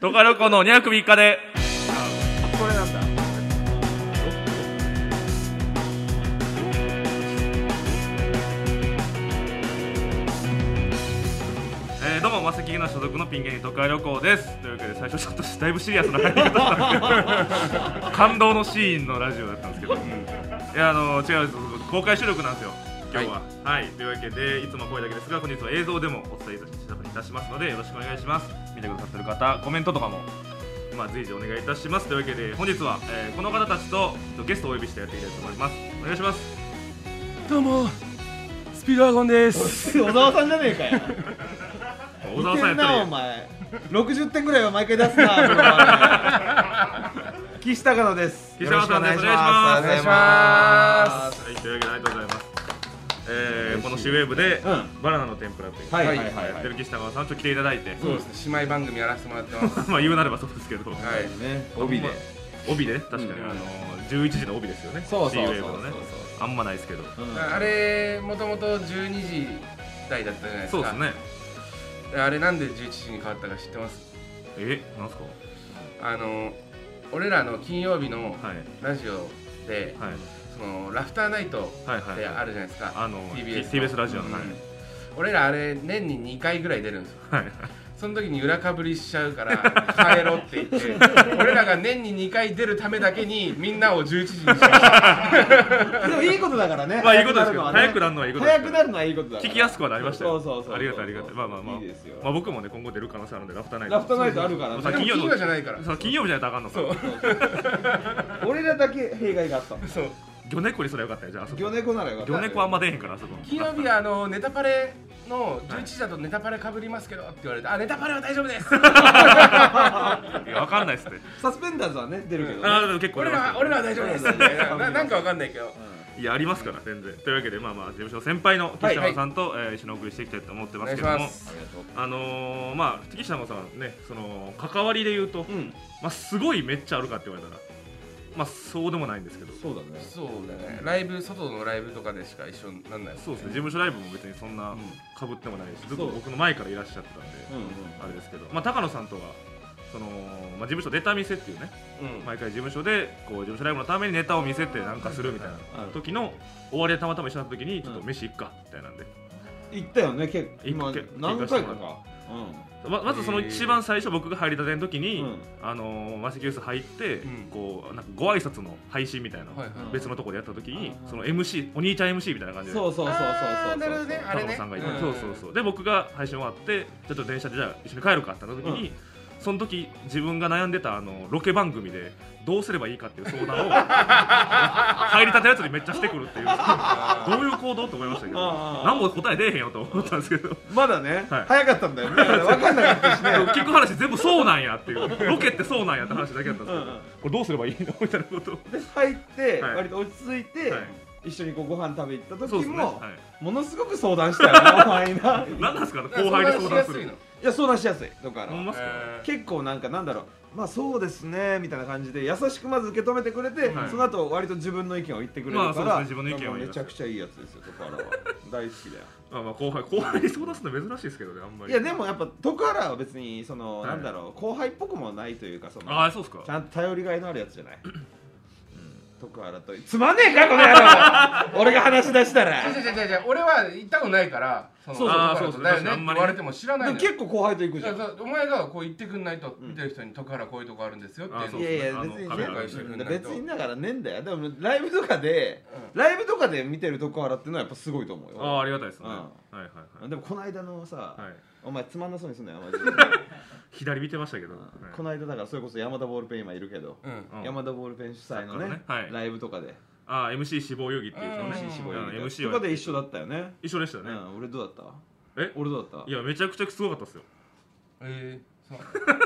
ロカロコの2泊3日でこれなんだえーどうもマセキゲナ所属のピン芸人特派旅行ですというわけで最初ちょっとだいぶシリアスな入り方だったん ですけど感動のシーンのラジオだったんですけど、いやあの違うんです公開収録なんですよ今日ははい、というわけでいつも声だけですが本日は映像でもお伝えいたしいたしますのでよろしくお願いします見てくださってる方コメントとかもまあ随時お願いいたしますというわけで本日は、えーこの方たちとちょっとゲストをお呼びしてやっていきたいと思いますお願いしますどうもスピードワゴンです小沢さんじゃねえかよ小沢さんやいっけんなおたり前60点ぐらいは毎回出 すなこの前岸高野です岸高野さんですよろしくお願いしますお願いしまはい、というわけでありがとうございます。えー、このシウェーブで、バナナの天ぷらという、はいはいはいはいやってる岸田川さんちょっと来ていただいて、そうですね姉妹番組やらせてもらってますはまあ言うなればそうですけど、いね帯で帯で確かに、あの11時の帯ですよね。そうそうそう C-Wave のねそうそうあんまないですけど。あれもともと12時台だったじゃないですそかうですね。あれなんで11時に変わったか知ってますえ、なんすか。あの俺らの金曜日のはいラジオで、はいそのラフターナイトはいはい。ってあるじゃないですか、あの TBS, の TBS ラジオのうんはい俺らあれ年に2回ぐらい出るんですよはいその時に裏かぶりしちゃうから帰ろって言って俺らが年に2回出るためだけにみんなを11時にしましたでもいいことだからねまあいいことですけど早早くくなるなるののははいいいいここととだですから早くなるのはいいことだから聞きやすくはなりましたよ。そうそうそうそうありがたいありがたい。まあまあまあ。いいですよまあ僕もね今後出る可能性あるんでラフターナイト。ラフターナイトあるからねそうでも金曜金の曜じゃないからそう金曜日じゃないとあかんのか。俺らだけ弊害があったのそう魚猫にそれよかったよじゃああそこ魚猫ならよかった魚猫あんま出 へんからあそこ金曜日はあのネタパレの11時だとネタパレかぶりますけどって言われてあネタパレは大丈夫です いやわかんないっすねサスペンダーズはね出るけどねあーでも結構あ俺りますよらは俺らは大丈夫ですみたいなななんかわかんないけどいやありますから全然というわけでまあまあ事務所の先輩の岸山さんと、えー一緒にお送りしていきたいと思っておます願いけどもしますあのー、まあ岸山さんはねその関わりで言うと、うんまあすごいめっちゃあるかって言われたらまあそうでもないんですけどそうだねそうだねライブ外のライブとかでしか一緒になんないですそうですね事務所ライブも別にそんなかぶってもないし、ずっと僕の前からいらっしゃってたんで、うんうんあれですけどまあ高野さんとはその、まあ、事務所出た店っていうねうん毎回事務所でこう事務所ライブのためにネタを見せてなんかするみたいな時の終わりでたまたま一緒になった時にちょっと飯行っかみたいなんで行ったよね結構一今回何回かかままずその一番最初僕が入りたての時に、うんあのーマセキュース入って、うんこうなんかご挨拶の配信みたいな、はいはい別のとこでやった時にあーその MC お兄ちゃん MC みたいな感うじんでそうそうそうそうあそーうなるほどねあれ高野さんがいて、うんそうそうそうで僕が配信終わってちょっと電車でじゃあ一緒に帰るかってなった時に、その時自分が悩んでたあのロケ番組でどうすればいいかっていう相談 を入りたてのやつにめっちゃしてくるっていうどういう行動と思いましたけどあー何も答え出えへんよと思ったんですけどまだねはい早かったんだ よね分かんなかったしね聞く話全部そうなんやっていうロケってそうなんやって話だけだったんですけどうんうんこれどうすればいいの みたいなことをで入ってはい割と落ち着いてはい一緒にこうご飯食べ行ったそうです時ね、もは、ものすごく相談したよ なお前ない何なんですかね後輩に相談するのいや相談しやすいだかほんまらっすか結構なんかなんだろうまあそうですねみたいな感じで優しくまず受け止めてくれてはいその後割と自分の意見を言ってくれまるあかそうですらね自分の意見を言いめますちゃくちゃいいやつですよだからは大好きだよまあまあ後輩後輩に相談するの珍しいですけどねあんまいりやでもやっぱ徳原は別にその、はいなんだろう後輩っぽくもないというかそのああそうですかちゃんと頼りがいのあるやつじゃない、うん、徳原とつまんねえかこの 野郎俺が話し出したら違う違う違う違う俺は行ったことないからそそうそうだからそうそうだよね確かにあんって言まりわれても知らないでのもよ結構後輩と行くいじゃやんだお前がこう言ってくんないと見てる人に徳原こういうとこあるんですよっていうあそのういやいや別あにのカメラが一緒にね別にだからねえんだよでもライブとかで、ライブとかで見てる徳原っていうのはやっぱすごいと思うよああありがたいですね、うんはいはいはいでもこの間のさ、はいお前つまんなそうにすんなよマ ジで左見てましたけど、うんこの間だからそれこそ山田ボールペン今いるけど、うんうん山田ボールペン主催のサッカねーのねはいライブとかでああ MC 志望遊戯っていうそのねうん MC 志望うん MC とをかで一緒だったよね一緒でしたね、うん俺どうだっえた俺どうだっいやめちゃくちゃすごかったですよえーそう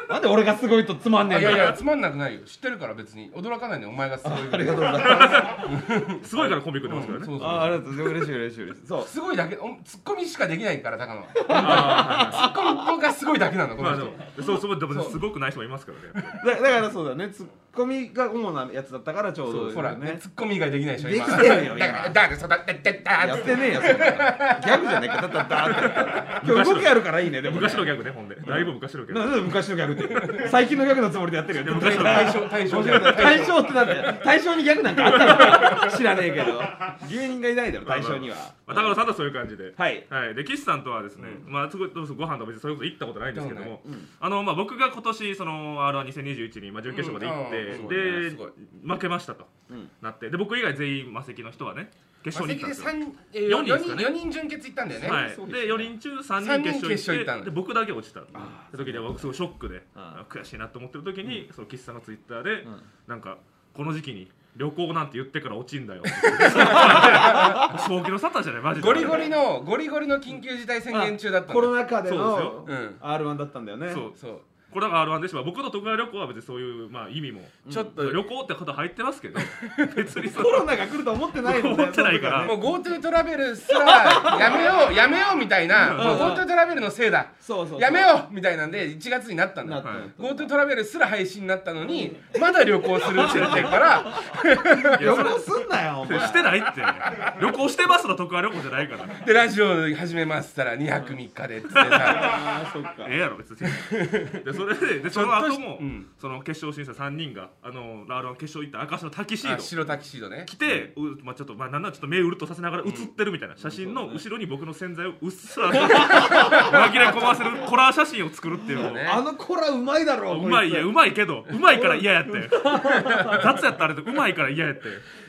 たなんで俺がすごいとつまんねえんいだやいよやつまんなくないよ知ってるから別に驚かないでお前がすごいありがとううございますすごいからコンビ組んでますからんね、そうああそうりがとうございます嬉しい嬉しい嬉しいそうすごいだけおツッコミしかできないから高野はあツッコミがすごいだけなのこあまのあで人もそうそうでもそうすごくない人もいますからねだだからそうだねツッコミが主なやつだったからちょうどいいほよらねねツッコミ以外できないでしょ今できてるよ今だからだからそうだだだだやってねえよそんなのギャグじゃねえかだだだってやった今日動きあるからいいねでもね昔のギャグねほんでだいぶ昔のギャなグだよ昔のギャグって最近のギャグのつもりでやってるよね昔の対象対象対象ってなんだよ対象にギャグなんかあったの知らねえけど芸人がいないだろ対象にはまあ、高野さんとはそういう感じで、はいはい、で岸さんとはですね、まあ、すごいどうぞご飯とか別にそれこそ行ったことないんですけども、行ったことないうんあのまあ、僕が今年その r 1 2 0 2 1に、まあ、準決勝まで行っうんあーて、すごいねで負けましたと、うんなってで僕以外全員マセキの人はね決勝に行ったんでですよ。四三人で四すか人ね四人準決行ったんだよね。はい、そうですねで4人中3三人人決勝行っ決て勝行ったので僕だけ落ちたってあ時には僕すごいショックであ悔しいなと思ってる時に、その岸さんのツイッターで、んなんかこの時期に旅行なんて言ってから落ちんだよって 正気の沙汰じゃないマジでゴリゴリのゴリゴリの緊急事態宣言中だったんだ コロナ禍でそうのですようん r 1だったんだよねそうそうこれだから R1 でしょ僕の徳川旅行は別にそういう、まあ、意味も、ちょっと旅行ってこと入ってます けど別にそ コのロナが来ると思ってないの 思ってないからもう GoTo トラベルすらやめようやめようみたいなもう GoTo トラベルのせいだそうそうそうや めようみたいなんで1月になったんなっだたの GoTo トラベルすら廃止になったのにまだ旅行するって言ってかいらや旅それ行すんなよお前してないって旅行してますの徳川旅行じゃないからでラジオ始めますったら2泊3日でっつってさ あーそっかええやろ別にでそれででそのちょっと後しも、うんその決勝審査3人があの R1 決勝行った証のタキシーあド白タキシードね着て、うまあ、ちょっと、まあ、なんならちょっと目うるっとさせながら写ってるみたいな、写真の後ろに僕の洗剤をうっすらと紛れ込ませるコラー写真を作るっていうのをねあの子らうまいだろうまいいやうまいけどうまいから嫌やって雑やったあれでうまいから嫌やって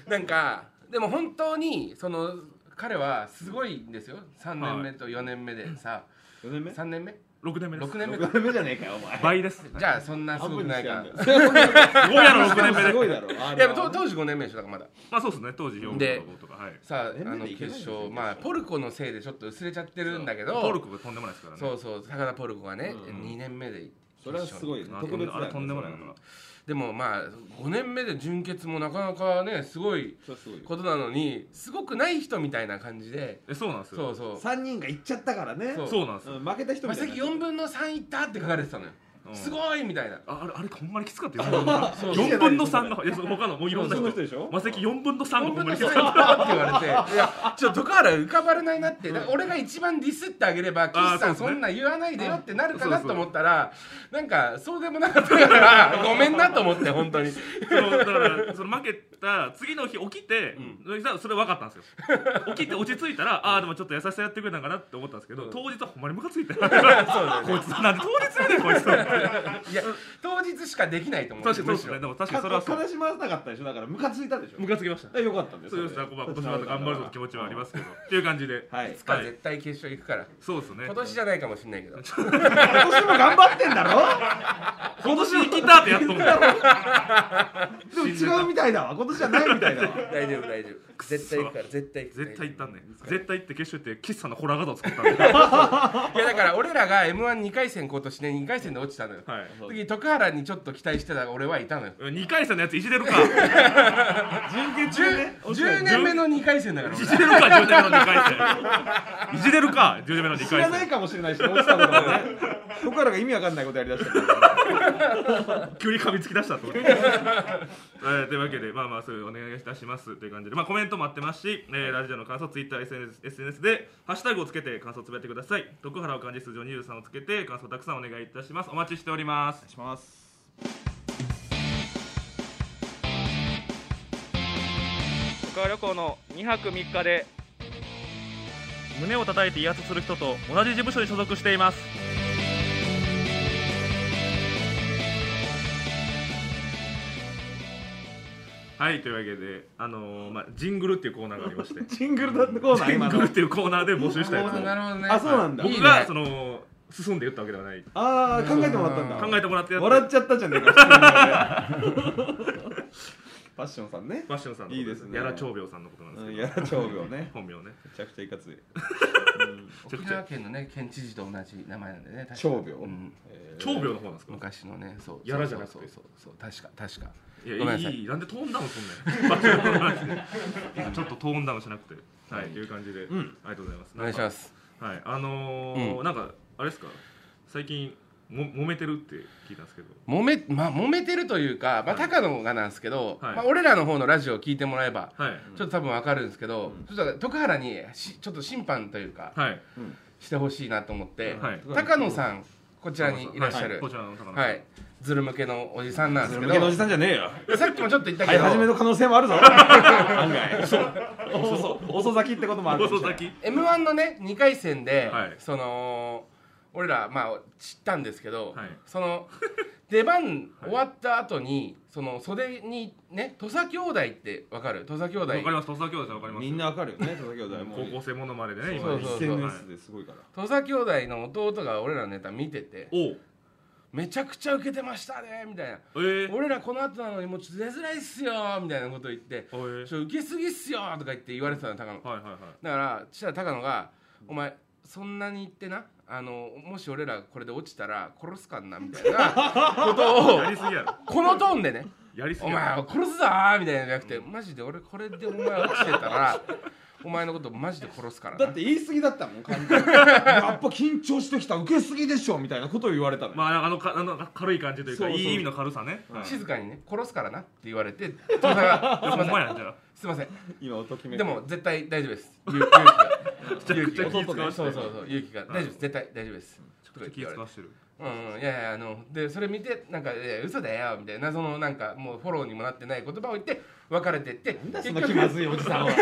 なんかでも本当にその彼はすごいんですよ3年目と4年目でさ4年目3年目6年目です6年目か6年目じゃねえかよお 前倍ですじゃあそんなすごくないか半分にしてやんだどようやら6年 目すごいでだろいやと当時5年目でしょだからまだまあそうですね当時4で分とかはいさああ年目のでい決けないんですよ勝まあポルコのせいでちょっと薄れちゃってるんだけどポルコがとんでもないですからねそうそう高田ポルコがね、うん2年目でそれはすごいよあ特別だよあれとんでもないからでもまあ5年目で純潔もなかなかねすごいそれはすごいよことなのにすごくない人みたいな感じでえそうなんですそようそう3人が行っちゃったからねそうそうなんですようん負けた人マみたセいキな4分の3いったって書かれてたのよ、うんすごいみたいなああれあれほんまにきつかったよ4 4分分のの3 3のいやそう他のもういろんなそ人うそういう人でしょマセキ4分の3が4ほんま分のにき3ついっかったって言われて いやちょっと徳原浮かばれないなってだから俺が一番ディスってあげれば岸さあーんそうですねそんな言わないでよってなるかうなんそうそうと思ったらなんかそうでもなかったからごめんなと思って本当に。そのだからその負けた次の日起きて、それ分かったんですよ起きて落ち着いたらああでもちょっと優しさやってくれたんかなって思ったんですけど、当日はほんまにムカついて こいつなんで当日やねんこいついや当日しかできないと思う確かにそうですねでも確かにそれはそう悲しませなかったでしょだからムカついた でしょムカつきましただからよかったんですそうですねまあ今年また頑張るぞって気持ちはありますけどっていう感じで、はいいつか絶対決勝行くからそうですね今年じゃないかもしれないけど今年も頑張ってんだろ今年行きたってやっとんだよでも違うみたいだわ今年じゃないみたいだわ大丈夫大丈夫絶対行くから絶対行く絶対行ったんねね絶対行って決勝行って岸さんのホラー画像作ったんで、はいやだから俺らが m 1 2回戦今年で2回戦で落ちたのよ、い、次徳原にちょっと期待してた俺はいたのよ2回戦のやついじれるか準決中ね 10, 10年目の2回戦だからいじれるか10年目の2回戦いじれるか10年目の2回戦知らないかもしれないし落ちたんだからね僕らが意味わかんないことやりだしたから急に噛みつき出したと思って、えーというわけでまあまあそういうお願いいたしますという感じで、まあ、コメントもあってますし、えーラジオの感想ツイッター SNS, SNS で「ハッシュタグをつけて感想つぶやいてください徳原を漢字数字の23をつけて感想たくさんお願いいたしますお待ちしておりますします徳川旅行の2泊3日で胸を叩いて威圧する人と同じ事務所に所属していますはいというわけで、あのーまあ、ジングルっていうコーナーがありま してジングルだってコーナージン今グルのっていうコーナーで募集したやつあなるほどねあそうなんだ僕いいがねその進んで言ったわけではないああ考えてもらったんだ考えてもらってやった笑っちゃったじゃねえか普通に 俺パッションさんねファッションさんのこといいですねやら長兵衛さんのことなんですうけんど、やら長病ね本名ねめちゃくちゃいかつい沖縄県のね県知事と同じ名前なんでね確か長病うん長兵衛の方なんですか昔のねそうやらじゃなくてそうそうそうそう確か確かいごめやんなさいいいなんでトーンダウンすんねんバッションの話 でちょっとトーンダウンしなくてはいという感じで、ありがとうございますお願いしますはいあのーうなんかあれですか最近も揉めてるって聞いたんですけど揉め,、まあ、揉めてるというか、まあ、高野がなんですけど、はいまあ、俺らの方のラジオを聞いてもらえば、はいちょっと多分わかるんですけど、ちょっと徳原にしちょっと審判というか、はいしてほしいなと思って、はい高野さんこちらにいらっしゃはるこちらのお魚はいズル向けのおじさんなんですけ向けのおどじさんじゃねえよさっきもちょっと言ったはけい始めどの可能性もあるぞ案外そうそう遅咲きってこともある放送先 m 1のね2回戦ではいその俺らまあ散ったんですけどはいその 出番終わった後にその袖にね土佐兄弟ってわかる土佐兄わ弟かります土佐兄弟さんわかりますみんなわかるよね佐々木兄弟も高校生ものまねでね今そうそうそうはい SNS ですごいから土佐兄弟の弟が俺らのネタ見てておうめちゃくちゃウケてましたねみたいなえー俺らこの後なのにもうちょっと出づらいっすよみたいなこと言っておえちょウケすぎっすよとか言って言われてたの高野だかはいはいはいらそしたら高野が「お前そんなに言ってなあのもし俺らこれで落ちたら殺すかんな」みたいなこと をやりすぎやろこのトーンでねやり「すおぎや前ろを殺すぞ!」みたいなのじゃなくてマジで俺これでお前落ちてたらお前のことマジで殺すからだっなて言い過ぎだったもん完全にやっぱ緊張してきた受けすぎでしょみたいなことを言われたのよ、まああのかあの軽い感じというかそうそういい意味の軽さねはい静かにね殺すからなって言わ れて戸田がいやほんまやんじゃあ「すいません今おときめでも絶対大丈夫です。ゆめ勇気が。ちゃ勇く気ちゃが。気使わそうせそてうそう。勇気が。大丈夫です。絶対大丈夫です。めちゃくちゃ気使わしてるうんうん。いやいやあのでそれ見てなんかいや嘘だよみたいな謎のなんかもうフォローにもなってない言葉を言って別れてってなんだそ結の局気まずいおじさんは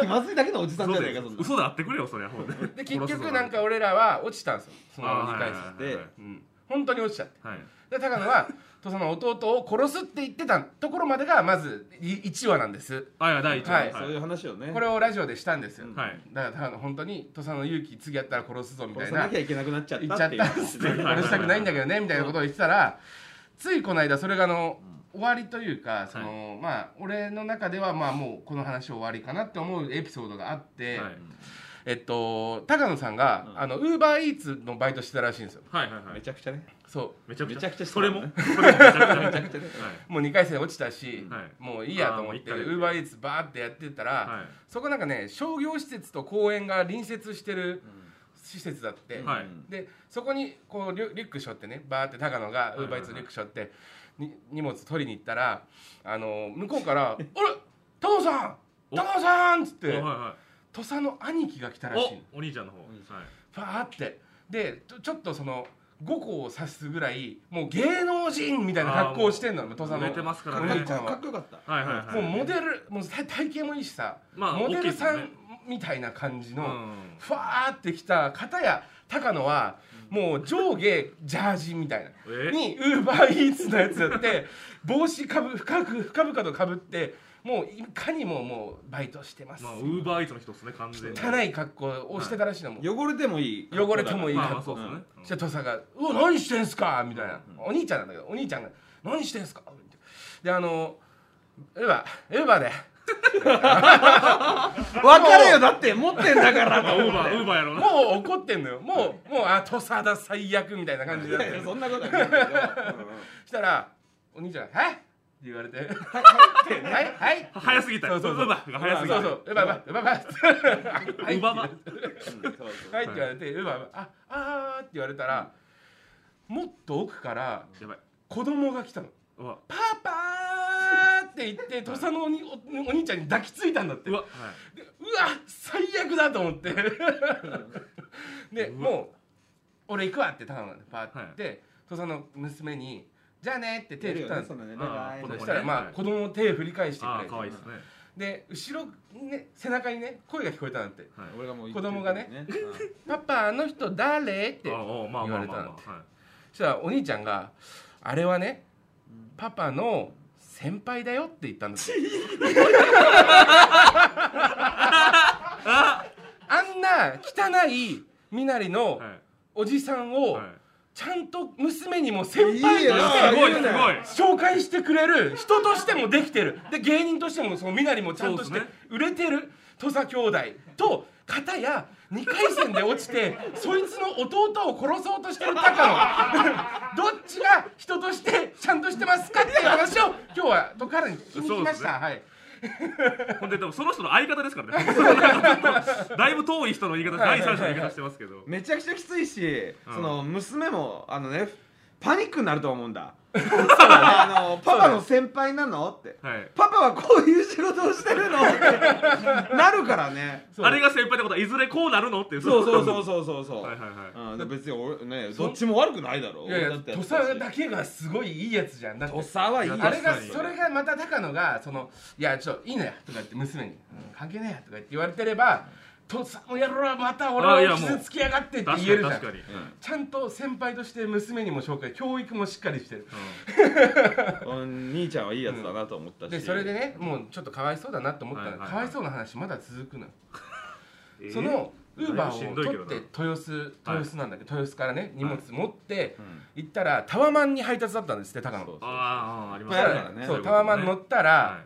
気まずいだけのおじさんじゃねえかそんな嘘であってくれよそりゃほんでで結局なんか俺らは落ちたんですよ。そのあ2ーは回い戦。はいはいうん。本当に落ちちゃって。はいで高野はとその弟を殺すって言ってたところまでがまず1話なんです。あいや第一はいそういう話をねこれをラジオでしたんですよ。はいだから高野本当にとその勇気次やったら殺すぞみた殺いさななき。ゃいけなくなっちゃっ行たっちゃっっていうたっつって話したくないんだけどねみたいなことを言ってたらついこの間それがあの終わりというかそのまあ俺の中ではまあもうこの話終わりかなって思うエピソードがあってはいえっと高野さんがうんあのウーバーイーツのバイトしてたらしいんですよはいはいはめいちゃくちゃねそめちゃくめちちゃゃくちゃしてそたれももんねそれ もめちゃくちゃめちゃくちゃはいうもう2回戦落ちたしはいもういいやと思ってあーもう一回でウーバーイーツバーってやってたらはいそこなんかね商業施設と公園が隣接してる施設だってはいでそこにこうリュリュックしょってねバーって高野がいウはいーバーイーツリュックしょってに荷物取りに行ったらあの向こうから 「あれ高野さんお高野さん!」っつっおはいては土佐の兄貴が来たらしいいおお兄ちゃんの方はいバーってでちょちょっとその5個を指すぐらいもう芸能人みたいな格好をしてんのよ土佐の売れてますからおね兄ちゃんかはっこよかったはいはいはいもうモデルもう体体型もいいしさ、まあモデルさ大きいんみたいな感じの、うんふわーってきた片や高野はもう上下ジャージみたいなえにウーバーイーツのやつや って帽子かぶ深く深々とかぶってもういかにももうバイトしてます、まあウーバーイーツの人ですね完全に汚い格好をしてたらしいのも、汚れてもいい汚れてもいいまあま格あそ好うですねそしたら土佐が「うわ何してんすか!」みたいな、お兄ちゃんなんだけどお兄ちゃんが「何してんすか!」であのウーバーウーバーで分かれよだって持ってんだから とウ思ーバーウっーバーやろうなもう怒ってんのよもうもうあ土佐だ最悪みたいな感じになっててそんなことはないけどしたらお兄ちゃんが「はい?」って言われて「はいはいはい」早すぎたそうそうそうウーバーが早すぎたそうそうウババウババはいウババうんうんそうそうはいって言われてウババああーって言われたらもっと奥からやばい子供が来たのうわパパーって言って土佐のおにおお兄ちゃんに抱きついたんだってううわわはい最悪だと思ってでもう俺行くわって頼んだんでパーって言って土佐の娘にじゃあねって手やる振っよたんですねそんなねうんバイバイ子供ねそしたらまはあい子供の手振り返してくあれあて可愛いですねで後ろね背中にね声が聞こえたなんてはい俺がもう子供がね言ってるよね「パパあの人誰?」ってああまあまあまあまあ言われはいそしたらお兄ちゃんが「あれはねパパの先輩だよ」って言ったんだって あんな汚い身なりのはいおじさんをはいちゃんと娘にも先輩といいよすしてごい言すうなよごい紹介してくれる人としてもできてるで芸人としてもその身なりもちゃんとしてそうです売れてる土佐兄弟と片や2回戦で落ちてそいつの弟を殺そうとしてる高野 どっちが人としてちゃんとしてますかっていう話を今日は徳原に聞きに来ましそうですねた、はいほんで多分その人の相方ですからねだいぶ遠い人の言い方第三者の言い方してますけどめちゃくちゃきついし、うんその娘もあのねパニックになると思うんだそうだねあのパパの先輩なのってはいパパはこういう仕事をしてるのってなるからねそうあれが先輩ってことはいずれこうなるのっていうそうそうそうそうそうそう、はいはいはいうんで別に俺ねどっちも悪くないだろいやいや俺土って佐だけがすごいいいやつじゃんだって土佐はいいよあれが確かにそれがまた高野がその「いやちょっといいのや」とか言って娘に「関係ねえや」とか言って言われてれば「とっさの野郎はまたあい俺をやもう傷つきやがって」って確言かえにるじゃ確かんに、ちゃんと先輩として娘にも紹介教育もしっかりしてるうん兄ちゃんはいいやつだなと思ったし、でそれでねもうちょっとかわいそうだなと思ったはらいはいはいかわいそうな話まだ続くのようんえーそのウーバだいぶしーんをどいけ取どっなて豊洲豊洲なんだけど豊洲からね荷物持ってうん行ったらタワマンに配達だったんですって高野そうあーあーありそましすただらからねねそうタワマン乗っったら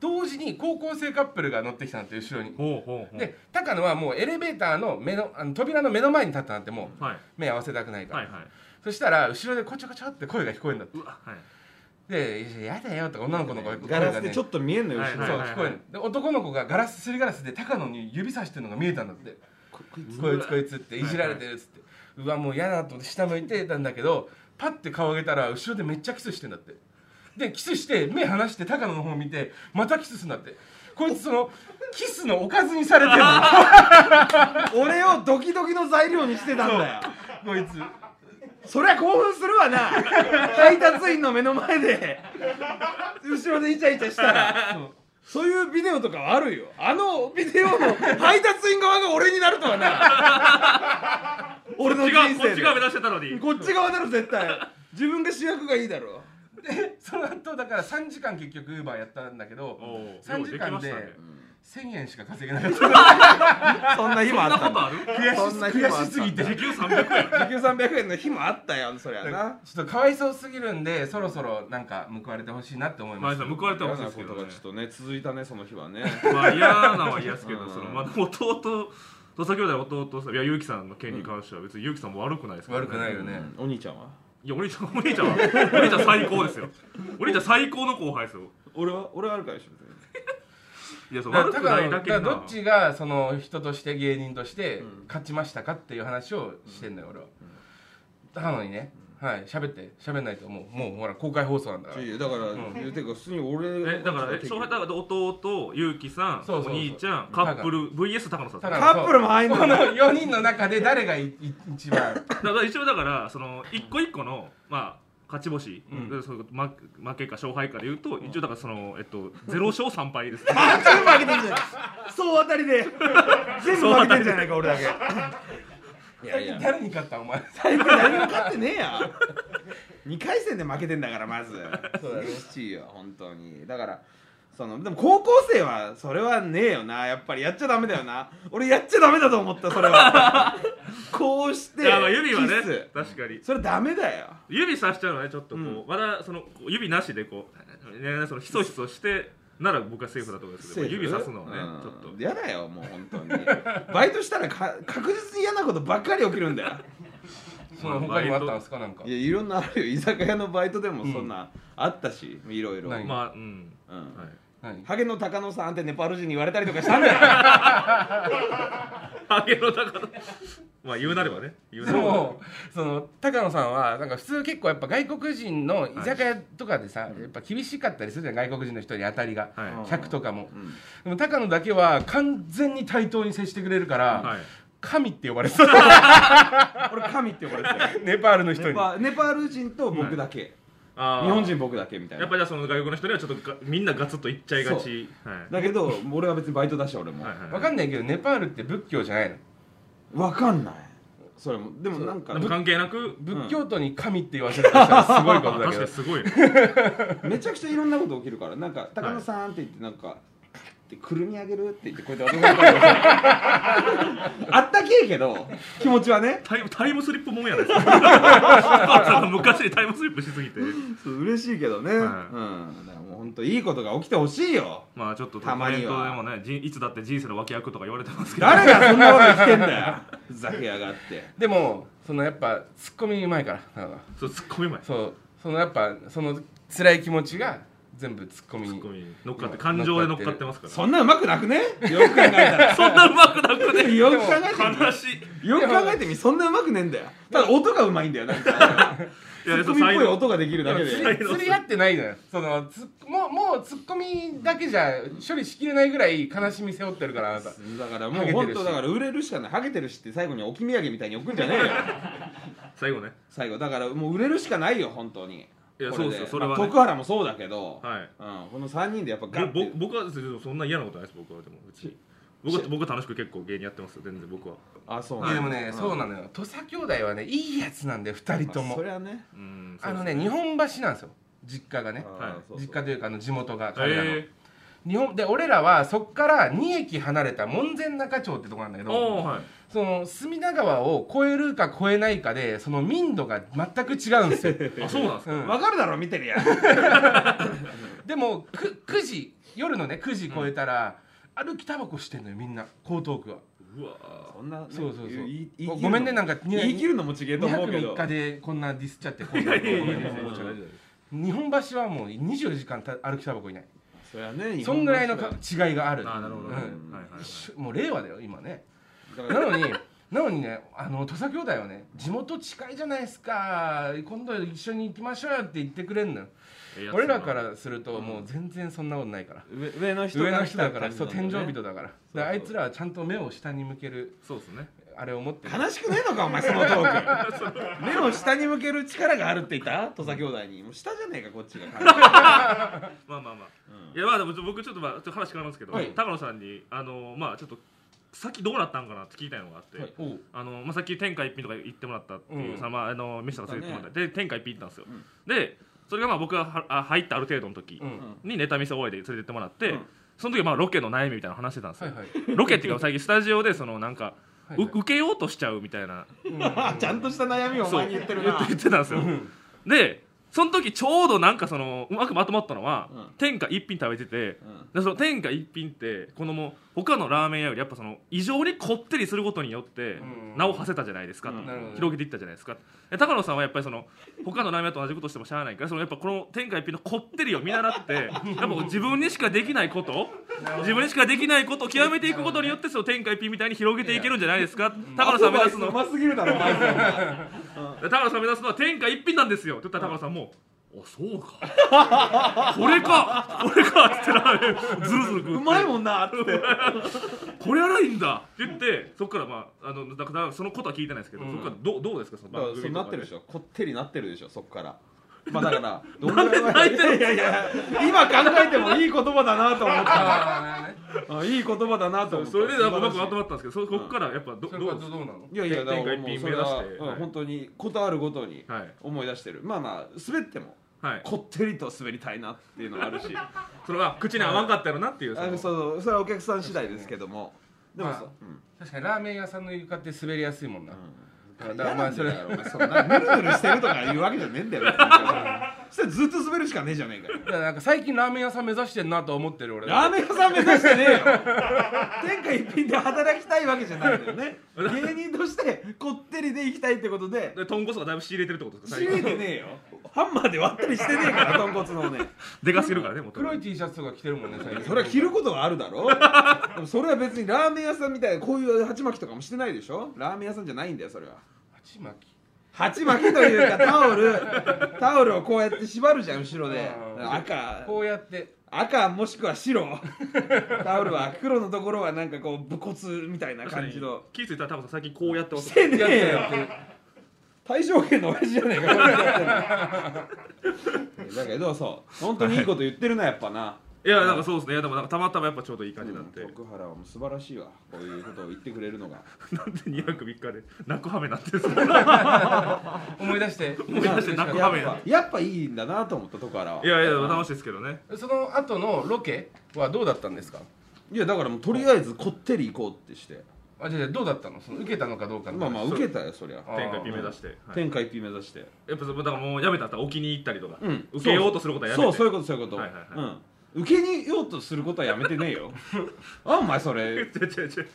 同時に高校生カップルが乗ってきたんだって後ろにほうほうほうで高野はもうエレベーターの目のあの扉の目の前に立ったなんてもうはい目合わせたくないから、はいはいそしたら後ろでこちょこちょって声が聞こえるんだってうわはいでいや「やだよ」とか女の子の声ガラス声でがねちょっと見えんのよ、はい後そろうはいはい聞こえるで男の子がガラスすりガラスで高野に指さしてるのが見えたんだってここいつこいつこいつっていじられてるっつって、うわもう嫌だと思って下向いてたんだけどパッて顔上げたら後ろでめっちゃキスしてんだってでキスして目離して高野の方見てまたキスするんだってこいつそのキスのおかずにされてる の俺をドキドキの材料にしてたんだよこいつそりゃ興奮するわな配達員の目の前で後ろでイチャイチャしたらそういうビデオとかはあるよあのビデオの配達員側が俺になるとはな俺の違人うこ生っちでが目指してたのにこっち側だろ絶対自分が主役がいいだろでその後だから3時間結局ウーバーやったんだけどおー3時間でようき1000円しか稼げなかったそんな日もまあしたねそんなったことだある悔そしすんな日もあった悔しすぎて時給300円時給300円の日もあったよそりゃちなょっとかわいそうすぎるんでそろそろなんか報われてほしいなって思いままあす、さ報われて嫌ほなしいですこけとどがねちょっとね続いたねその日はねまあ嫌なは嫌ですけうどんそのまあ弟土佐兄弟弟さんいやゆうきさんの件に関しては別にゆうきさんも悪くないですから、悪くないよね、お兄ちゃんはいやお兄ちゃんお兄ちゃんはお兄ちゃん最高ですよお兄ちゃん最高の後輩ですよ俺は俺はあるからでしょ別にいやそうだか悪らくだないかだらけなどっちがその人として芸人として勝ちましたかっていう話をしてんだよ俺は、なのにね、はい喋って喋んないともうもうほら公開放送なんだからいやだから、てか普通に俺えだからえ翔平だから弟ゆうきさんそうそうそうお兄ちゃんカップル VS 高野さんただだかカップルも入んのこの4人の中で誰がいい一番ら一応だからその一個一個のまあ勝ち星、うんでそのま負けか勝敗かで言うと、一応だからそのえっとゼロ勝三敗です、ね、あ全部負けてんじゃん 総当たり で全部負けてんじゃないか俺だけいやい や誰に勝ったお前最後何も勝ってねえや2回戦で負けてんだからまずそうだね厳しいよ本当にだからそのでも高校生はそれはねえよなやっぱりやっちゃダメだよな俺やっちゃダメだと思ったそ れはこうしていやまあ指はねキス確かにそれダメだよ指さしちゃうのはねちょっとこう、うんまだそのこう指なしでこう、ね、そのひそひそしてなら僕はセーフだと思うんですけど指さすのはね、うんちょっと嫌だよもう本当にバイトしたらか確実に嫌なことばっかり起きる んだよその他にもあったんですかなんかいやいろんなあるよ居酒屋のバイトでもそんなあったし、いろいろ、う何ん、まあうん、はい何ハゲの高野さんってネパール人に言われたりとかしたん だよハゲの高野まあ言うなればね言うなればねそうその高野さんはなんか普通結構やっぱ外国人の居酒屋とかでさ、やっぱ厳しかったりするじゃん外国人の人に当たりが、はい100とかも、んでも高野だけは完全に対等に接してくれるから、はい神って呼ばれてた俺神って呼ばれてたよネパールの人ネにパネパール人と僕だけ、あー日本人僕だけみたいやなっぱりじゃあその外国の人にはちょっとがみんなガツッといっちゃいがちはいだけど俺は別にバイトだし俺も、はいはいわかんないけどネパールって仏教じゃないのわかんないそれもでもなんかでも関係なく仏教徒に神って言わせたらすごいこと確だけかどにすごいねめちゃくちゃいろんなこと起きるからなんか高野さんって言ってなんか、でくるみあげるって言ってこうやって渡されたりと かあったけえけど気持ちはねタイムタイムスリップもんやないですかお母さんが 昔にタイムスリップしすぎてそう嬉しいけどね、いうんだからもう本当いいことが起きてほしいよまあちょっとたまにはコメントでもねじいつだって人生の脇役とか言われてますけど誰がそんなこと言ってんだよふざけやがってでもそのやっぱツッコミうまいから高野はそうツッコミ前ツそうそのやっぱその辛い気持ちが全部ツッコミッにコミ乗っかって感情で乗っかってますからそんなうまくなくねよく考えた らそんなうまくなくねよく考えて悲しい みよく考えてみそんなうまくねえんだよただ音がうまいんだよなんかいやツそッコうミっ才ぽい能音ができるだけ才で能釣り合ってないのよそのつもうもうツッコミだけじゃ処理しきれないぐらい悲しみ背負ってるからあなただからもうハゲてるし本当だから売れるしかないハゲてるしって最後に置き土産みたいに置くんじゃねえよ最後ね最後だからもう売れるしかないよ本当にいやこそうですよそれはねまあ徳原もそうだけど、はいうん、この3人でやっぱガッぼて僕はですよそんな嫌なことないです僕はでもうち僕は僕は楽しく結構芸人やってますよ全然僕はあそういやでもうねんそうなのよ土佐兄弟はねいいやつなんで2人とまあもそれはねうんあのそうね日本橋なんですよ実家がねはいあーそうそう実家というかあの地元がですね彼らの、え日本で俺らはそっから2駅離れた門前仲町ってとこなんだけー、おおどはいその隅田川を越えるか越えないかでその民度が全く違うんですよ、あそうなんですうかんわかるだろ見てるやんでもく9時夜のね9時超えたら、歩きタバコしてんのよみんな江東区はうわそんな、ね、そうそうそう言い言い切るごのごめんねなんか言い切るのも違えと2思泊うけど3日でこんなディスっちゃっていやいやいやいやいやこんな日本橋はもう24時間た歩きタバコいないそれはねそんぐらいのかだ違いがあるあーなるほどね、うんはいはいはいしもう令和だよ今ねからなのになのにねあの土佐兄弟はね地元近いじゃないですか今度一緒に行きましょうよって言ってくれんのよええやつだな俺らからするともう全然そんなことないから、上上の人上の人だからそう天井人人だからそうであいつらはちゃんと目を下に向けるそうですね あれを持ってる悲しくねえのかお前そのトーク目を下に向ける力があるって言った土佐兄弟にもう下じゃねえかこっ ちがまあまあまあ、いやまあでも僕ちょっとまあちょっと話変わるんですけど、はい高野さんにあのまあちょっと先どうなったんかなって聞きたいのがあって、はいおうあのまあ、さっき天下一品とか言ってもらったっていう、うんさまあ、あの飯とかそう言ってもらった、で天下一品行ったんですよ、でそれがまあ僕がはあ入ったある程度の時うんにネタ見せ終えて連れてってもらって、うんその時はまあロケの悩みみたいなの話してたんですはよ、いはいロケっていうか最近スタジオでそのなんか、うはいはい受けようとしちゃうみたいなちゃんとした悩みをお前に言ってるな言ってたんですよでその時ちょうどなんかそのうまくまとまったのは、うん天下一品食べてて、うんでその天下一品ってこのもう他のラーメン屋よりやっぱその異常にこってりすることによってうん名を馳せたじゃないですか、うんなるほど広げていったじゃないですかで高野さんはやっぱりその他のラーメン屋と同じことしてもしゃあないからそのやっぱこの天下一品のこってりを見習 ってやっぱ自分にしかできないこと自分にしかできないことを極めていくことによってその天下一品みたいに広げていけるんじゃないですか高野さん目指すのうますぎるだろお前で高野さん目指すのは天下一品なんですよって言ったら高野さんも「あそうか これかこれか」ってラーメンずるずる食ううまいもんなって これやないんだって言ってそっからまああのだからそのことは聞いてないですけど、そっからどうどうですかそのだか番らそう組なとかってでるでしょこってりなってるでしょそっからまあだからどんぐらい前泣いてるいやいや今考えてもいい言葉だなと 思ったあーあいい言葉だなと思ったそれでなんかうまくまと素晴らしまったんですけどそこっからやっぱど,、それどはうでどすどうなのいいやいやだからもうそ天下一れは品目指してうんはい本当にことあるごとにはい思い出してるまあまあ滑ってもはいこってりと滑りたいなっていうのが あるしそれは口に合わんかったやろなっていうそあのそうそれはお客さん次第ですけどもでもまあそううん確かにラーメン屋さんの床って滑りやすいもんな、だからままああそそれれだろそんなぬるぬるしてるとかいうわけじゃねえんだよ別 にそしたらずっと滑るしかねえじゃねえかよいやなんか最近ラーメン屋さん目指してんなと思ってる俺ラーメン屋さん目指してねえ よ天下一品で働きたいわけじゃないんだよ ね芸人としてこってりで行きたいってことでで豚骨がだいぶ仕入れてるってことですか仕入れてねえよハンマーで割ったりしてねえから豚骨のねでかすぎるからねもっと黒い T シャツとか着てるもんね最近それは着ることがあるだろ でもそれは別にラーメン屋さんみたいなこういう鉢巻きとかもしてないでしょラーメン屋さんじゃないんだよそれは鉢巻き鉢巻きというかタオルタオルをこうやって縛るじゃん後ろでうん赤こうやって赤もしくは白タオルは黒のところはなんかこう武骨みたいな感じの気付いたら多分最近こうやってますしてねやってえやよってる対象権の親父じゃねえかこれやってんのだけどそう本当にいいこと言ってるなやっぱな、いやなんかそうですねいやでもなんかたまたまやっぱちょうどいい感じになって、徳原はもう素晴らしいわこういうことを言ってくれるのがなんで2泊3日で泣くはめなんてそ思い出して思い出して泣くや羽っ目ぱやっぱいいんだなと思った徳原はいやいや楽しいですけどねその後のロケはどうだったんですかいやだからもうとりあえずこってり行こうってしてあじゃあどうだったのその受けたのかどうかのまあまあ話受けたよそりゃあ天下一品目指して、はい、天下一品目指してやっぱそだからもうやめたら沖に行ったりとか、うん受けようとすることはやめてそうそういうことそういうこと、はいはいは うん受けにようとすることはやめてねえよあんまりそれ違う違う違う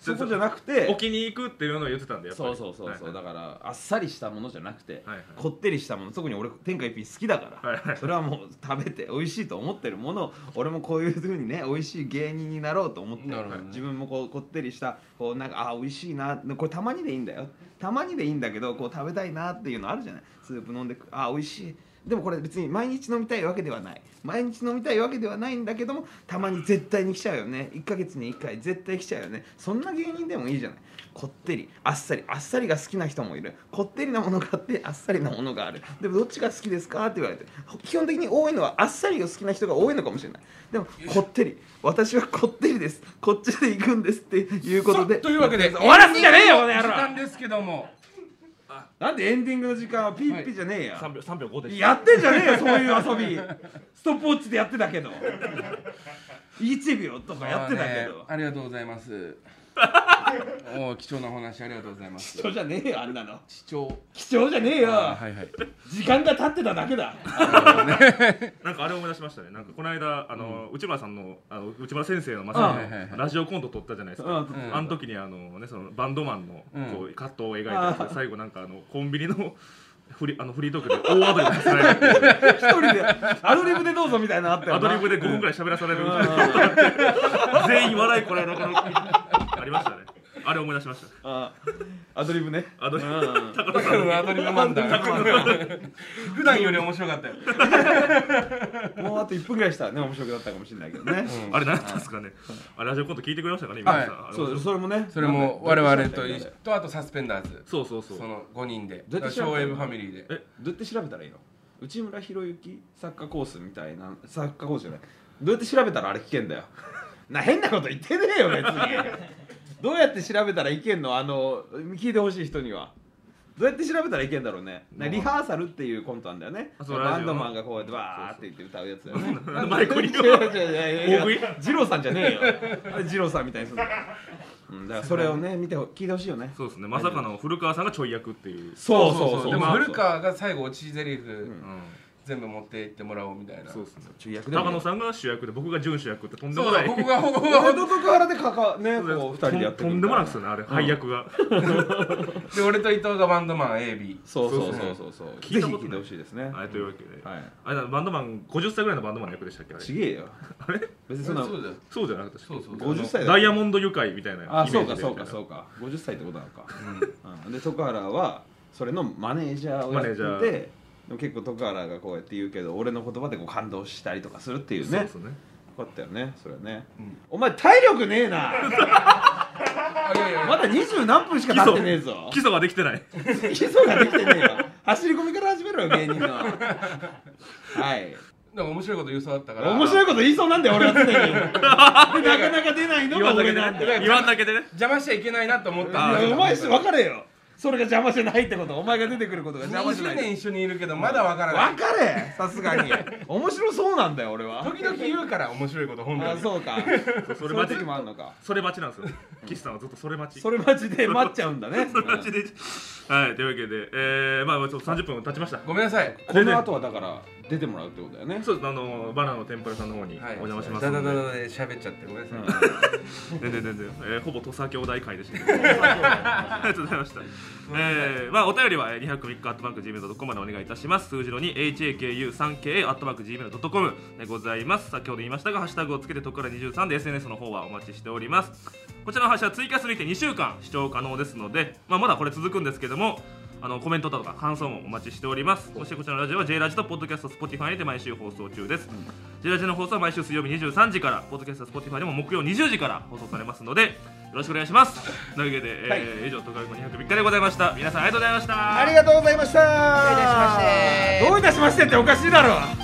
そこじゃなくて置きに行くっていうのを言ってたんでやっぱそりうそうそうそう、はいだからあっさりしたものじゃなくて、はいはいこってりしたもの特に俺天下一品好きだから、はいはいそれはもう食べて美味しいと思ってるものを俺もこういうふうにね美味しい芸人になろうと思ってなるほどね自分もこうこってりしたこうなんかあ美味しいなこれたまにでいいんだよたまにでいいんだけどこう食べたいなっていうのあるじゃないスープ飲んでくあ美味しいでもこれ別に毎日飲みたいわけではない毎日飲みたいわけではないんだけどもたまに絶対に来ちゃうよね1ヶ月に1回絶対来ちゃうよねそんな芸人でもいいじゃないこってりあっさりあっさりが好きな人もいるこってりなものがあってあっさりなものがあるでもどっちが好きですかって言われて基本的に多いのはあっさりが好きな人が多いのかもしれないでもこってり私はこってりですこっちで行くんですっていうことでさというわけで 終わらすんじゃねえよこの野時郎間ですけどもなんでエンディングの時間はピッピじゃねえや、 3秒3秒5でしたやってんじゃねえよそういう遊び ストップウォッチでやってたけど1秒とかやってたけまあねどありがとうございます おー貴重なお話ありがとうございます貴重じゃねえよあんなの貴重貴重じゃねえよはいはい時間が経ってただけだなんかあれ思い出しましたねなんかこの間あの、内村さんのあの内村先生のまさうんはいはいはにラジオコント撮ったじゃないですか、うんあの時にあの、ね、そのバンドマンのこう葛藤を描いたやつであー最後なんかあのコンビニの フリあのフリートークで大アドリブさせられるっていう一人でアドリブでどうぞみたいなのあったよなアドリブで5分くらい喋らされるみたいな、全員笑いこらえながらありましたねあれ思い出しましたあアドリブねアドリブうん高田さんのアドリブ漫談 普段より面白かったよもうあと1分ぐらいしたらね面白くなったかもしれないけどね、あれ何だったんですかねあれラジオコント聞いてくれましたかね今はいさんあれそうそれもねそれもな我んだ々とどうやっ一て緒とあとサスペンダーズそうそうそうその5人でどうやって調べたの省エブファミリーでえどうやって調べたらいいの内村博之作家コースみたいな作家コースじゃないどうやって調べたらあれ聞けんだよ な変なこと言ってねえよ別にどうやって調べたらいけんのあの聞いてほしい人にはどうやって調べたらいけんだろうねなリハーサルっていうコントなんだよねあそうバラジンオのドマンがこうやってバーって言って歌うやつだよね マイ クに違う違う違う大食いジローさんじゃねえよあれジローさんみたいにするうんだからそれをね見てほ聞いてほしいよねそうですねまさかの古川さんがちょい役っていうそうそうそうでもまあ古川が最後落ちゼリフうん全部持って行ってもらおうみたいなそうですね中役でもいい高野さんが主役で僕が準主役ってとんでそもうなだいここがここ俺がと徳原でかかねこう二人でやってとんとんでもないですそよねあれ配役がで俺と伊藤がバンドマン AB うそうそうそうそう聞ぜいひたことない聞いてほしいですねはいというわけではいあれだバンドマン50歳ぐらいのバンドマンの役でしたっけあれちげえよあれ別にそそんうなだよそうじゃなかったっけそうそう50歳だよダイヤモンド愉快みたいなイメーあジでそうかそうかそううか50歳ってことなのかうんで徳原はそれのマネージャーをマネージやャっーててでも結構徳原がこうやって言うけど俺の言葉でこう感動したりとかするっていうそうでねすねよかったよねそれはねうんお前体力ねえなあいやいやまだ二十何分しか経ってねえぞ基礎ができてない基礎ができてねえよ走り込みから始めろよ芸人のはいでも面白いこと言うそうだったから 面白いこと言いそうなんだよ俺は常 にでなかなか出ないの言わがんだけ俺でなんだ よね言わんだけでね邪魔しちゃいけないなと思っあたーいやうまいし分かれよそれが邪魔じゃないってことお前が出てくることが邪魔じゃな20い年一緒にいるけどまだわからない分かれさすがに面白そうなんだよ俺は時々言うから面白いこと本当あにそうか そそれの待ち時もあんのかそれ待ちなんですよ岸さんはずっとそれ待ちそれ待ちで待っちゃうんだねそれ待ちではいというわけでえーまあちょっと30分経ちましたごめんなさいこの後はだから出てもらうってことだよねそうですあのバナナの天ぷらさんの方におはい邪魔しますダんでダダダダで喋っちゃってごめんなさい全然全然、えー、ほぼ土佐兄弟会でしたけどありがとうございました えーまあお便りはえー203日アットマーク Gmail.com までお願いいたします数字の 2HAKU3KA アットマーク Gmail.com でございます先ほど言いましたがハッシュタグをつけてとくら23で SNS の方はお待ちしておりますこちらの配信は追加するにて2週間視聴可能ですので、まあ、まだこれ続くんですけどもあのコメントだとか感想もお待ちしておりますそしてこちらのラジオは J ラジとポッドキャスト Spotify で毎週放送中です、J ラジの放送は毎週水曜日23時からポッドキャスト Spotify でも木曜20時から放送されますのでよろしくお願いしますというわけで、えー以上「トカゲコ203日」でございました皆さんありがとうございましたありがとうございましたどういたしましてっておかしいだろ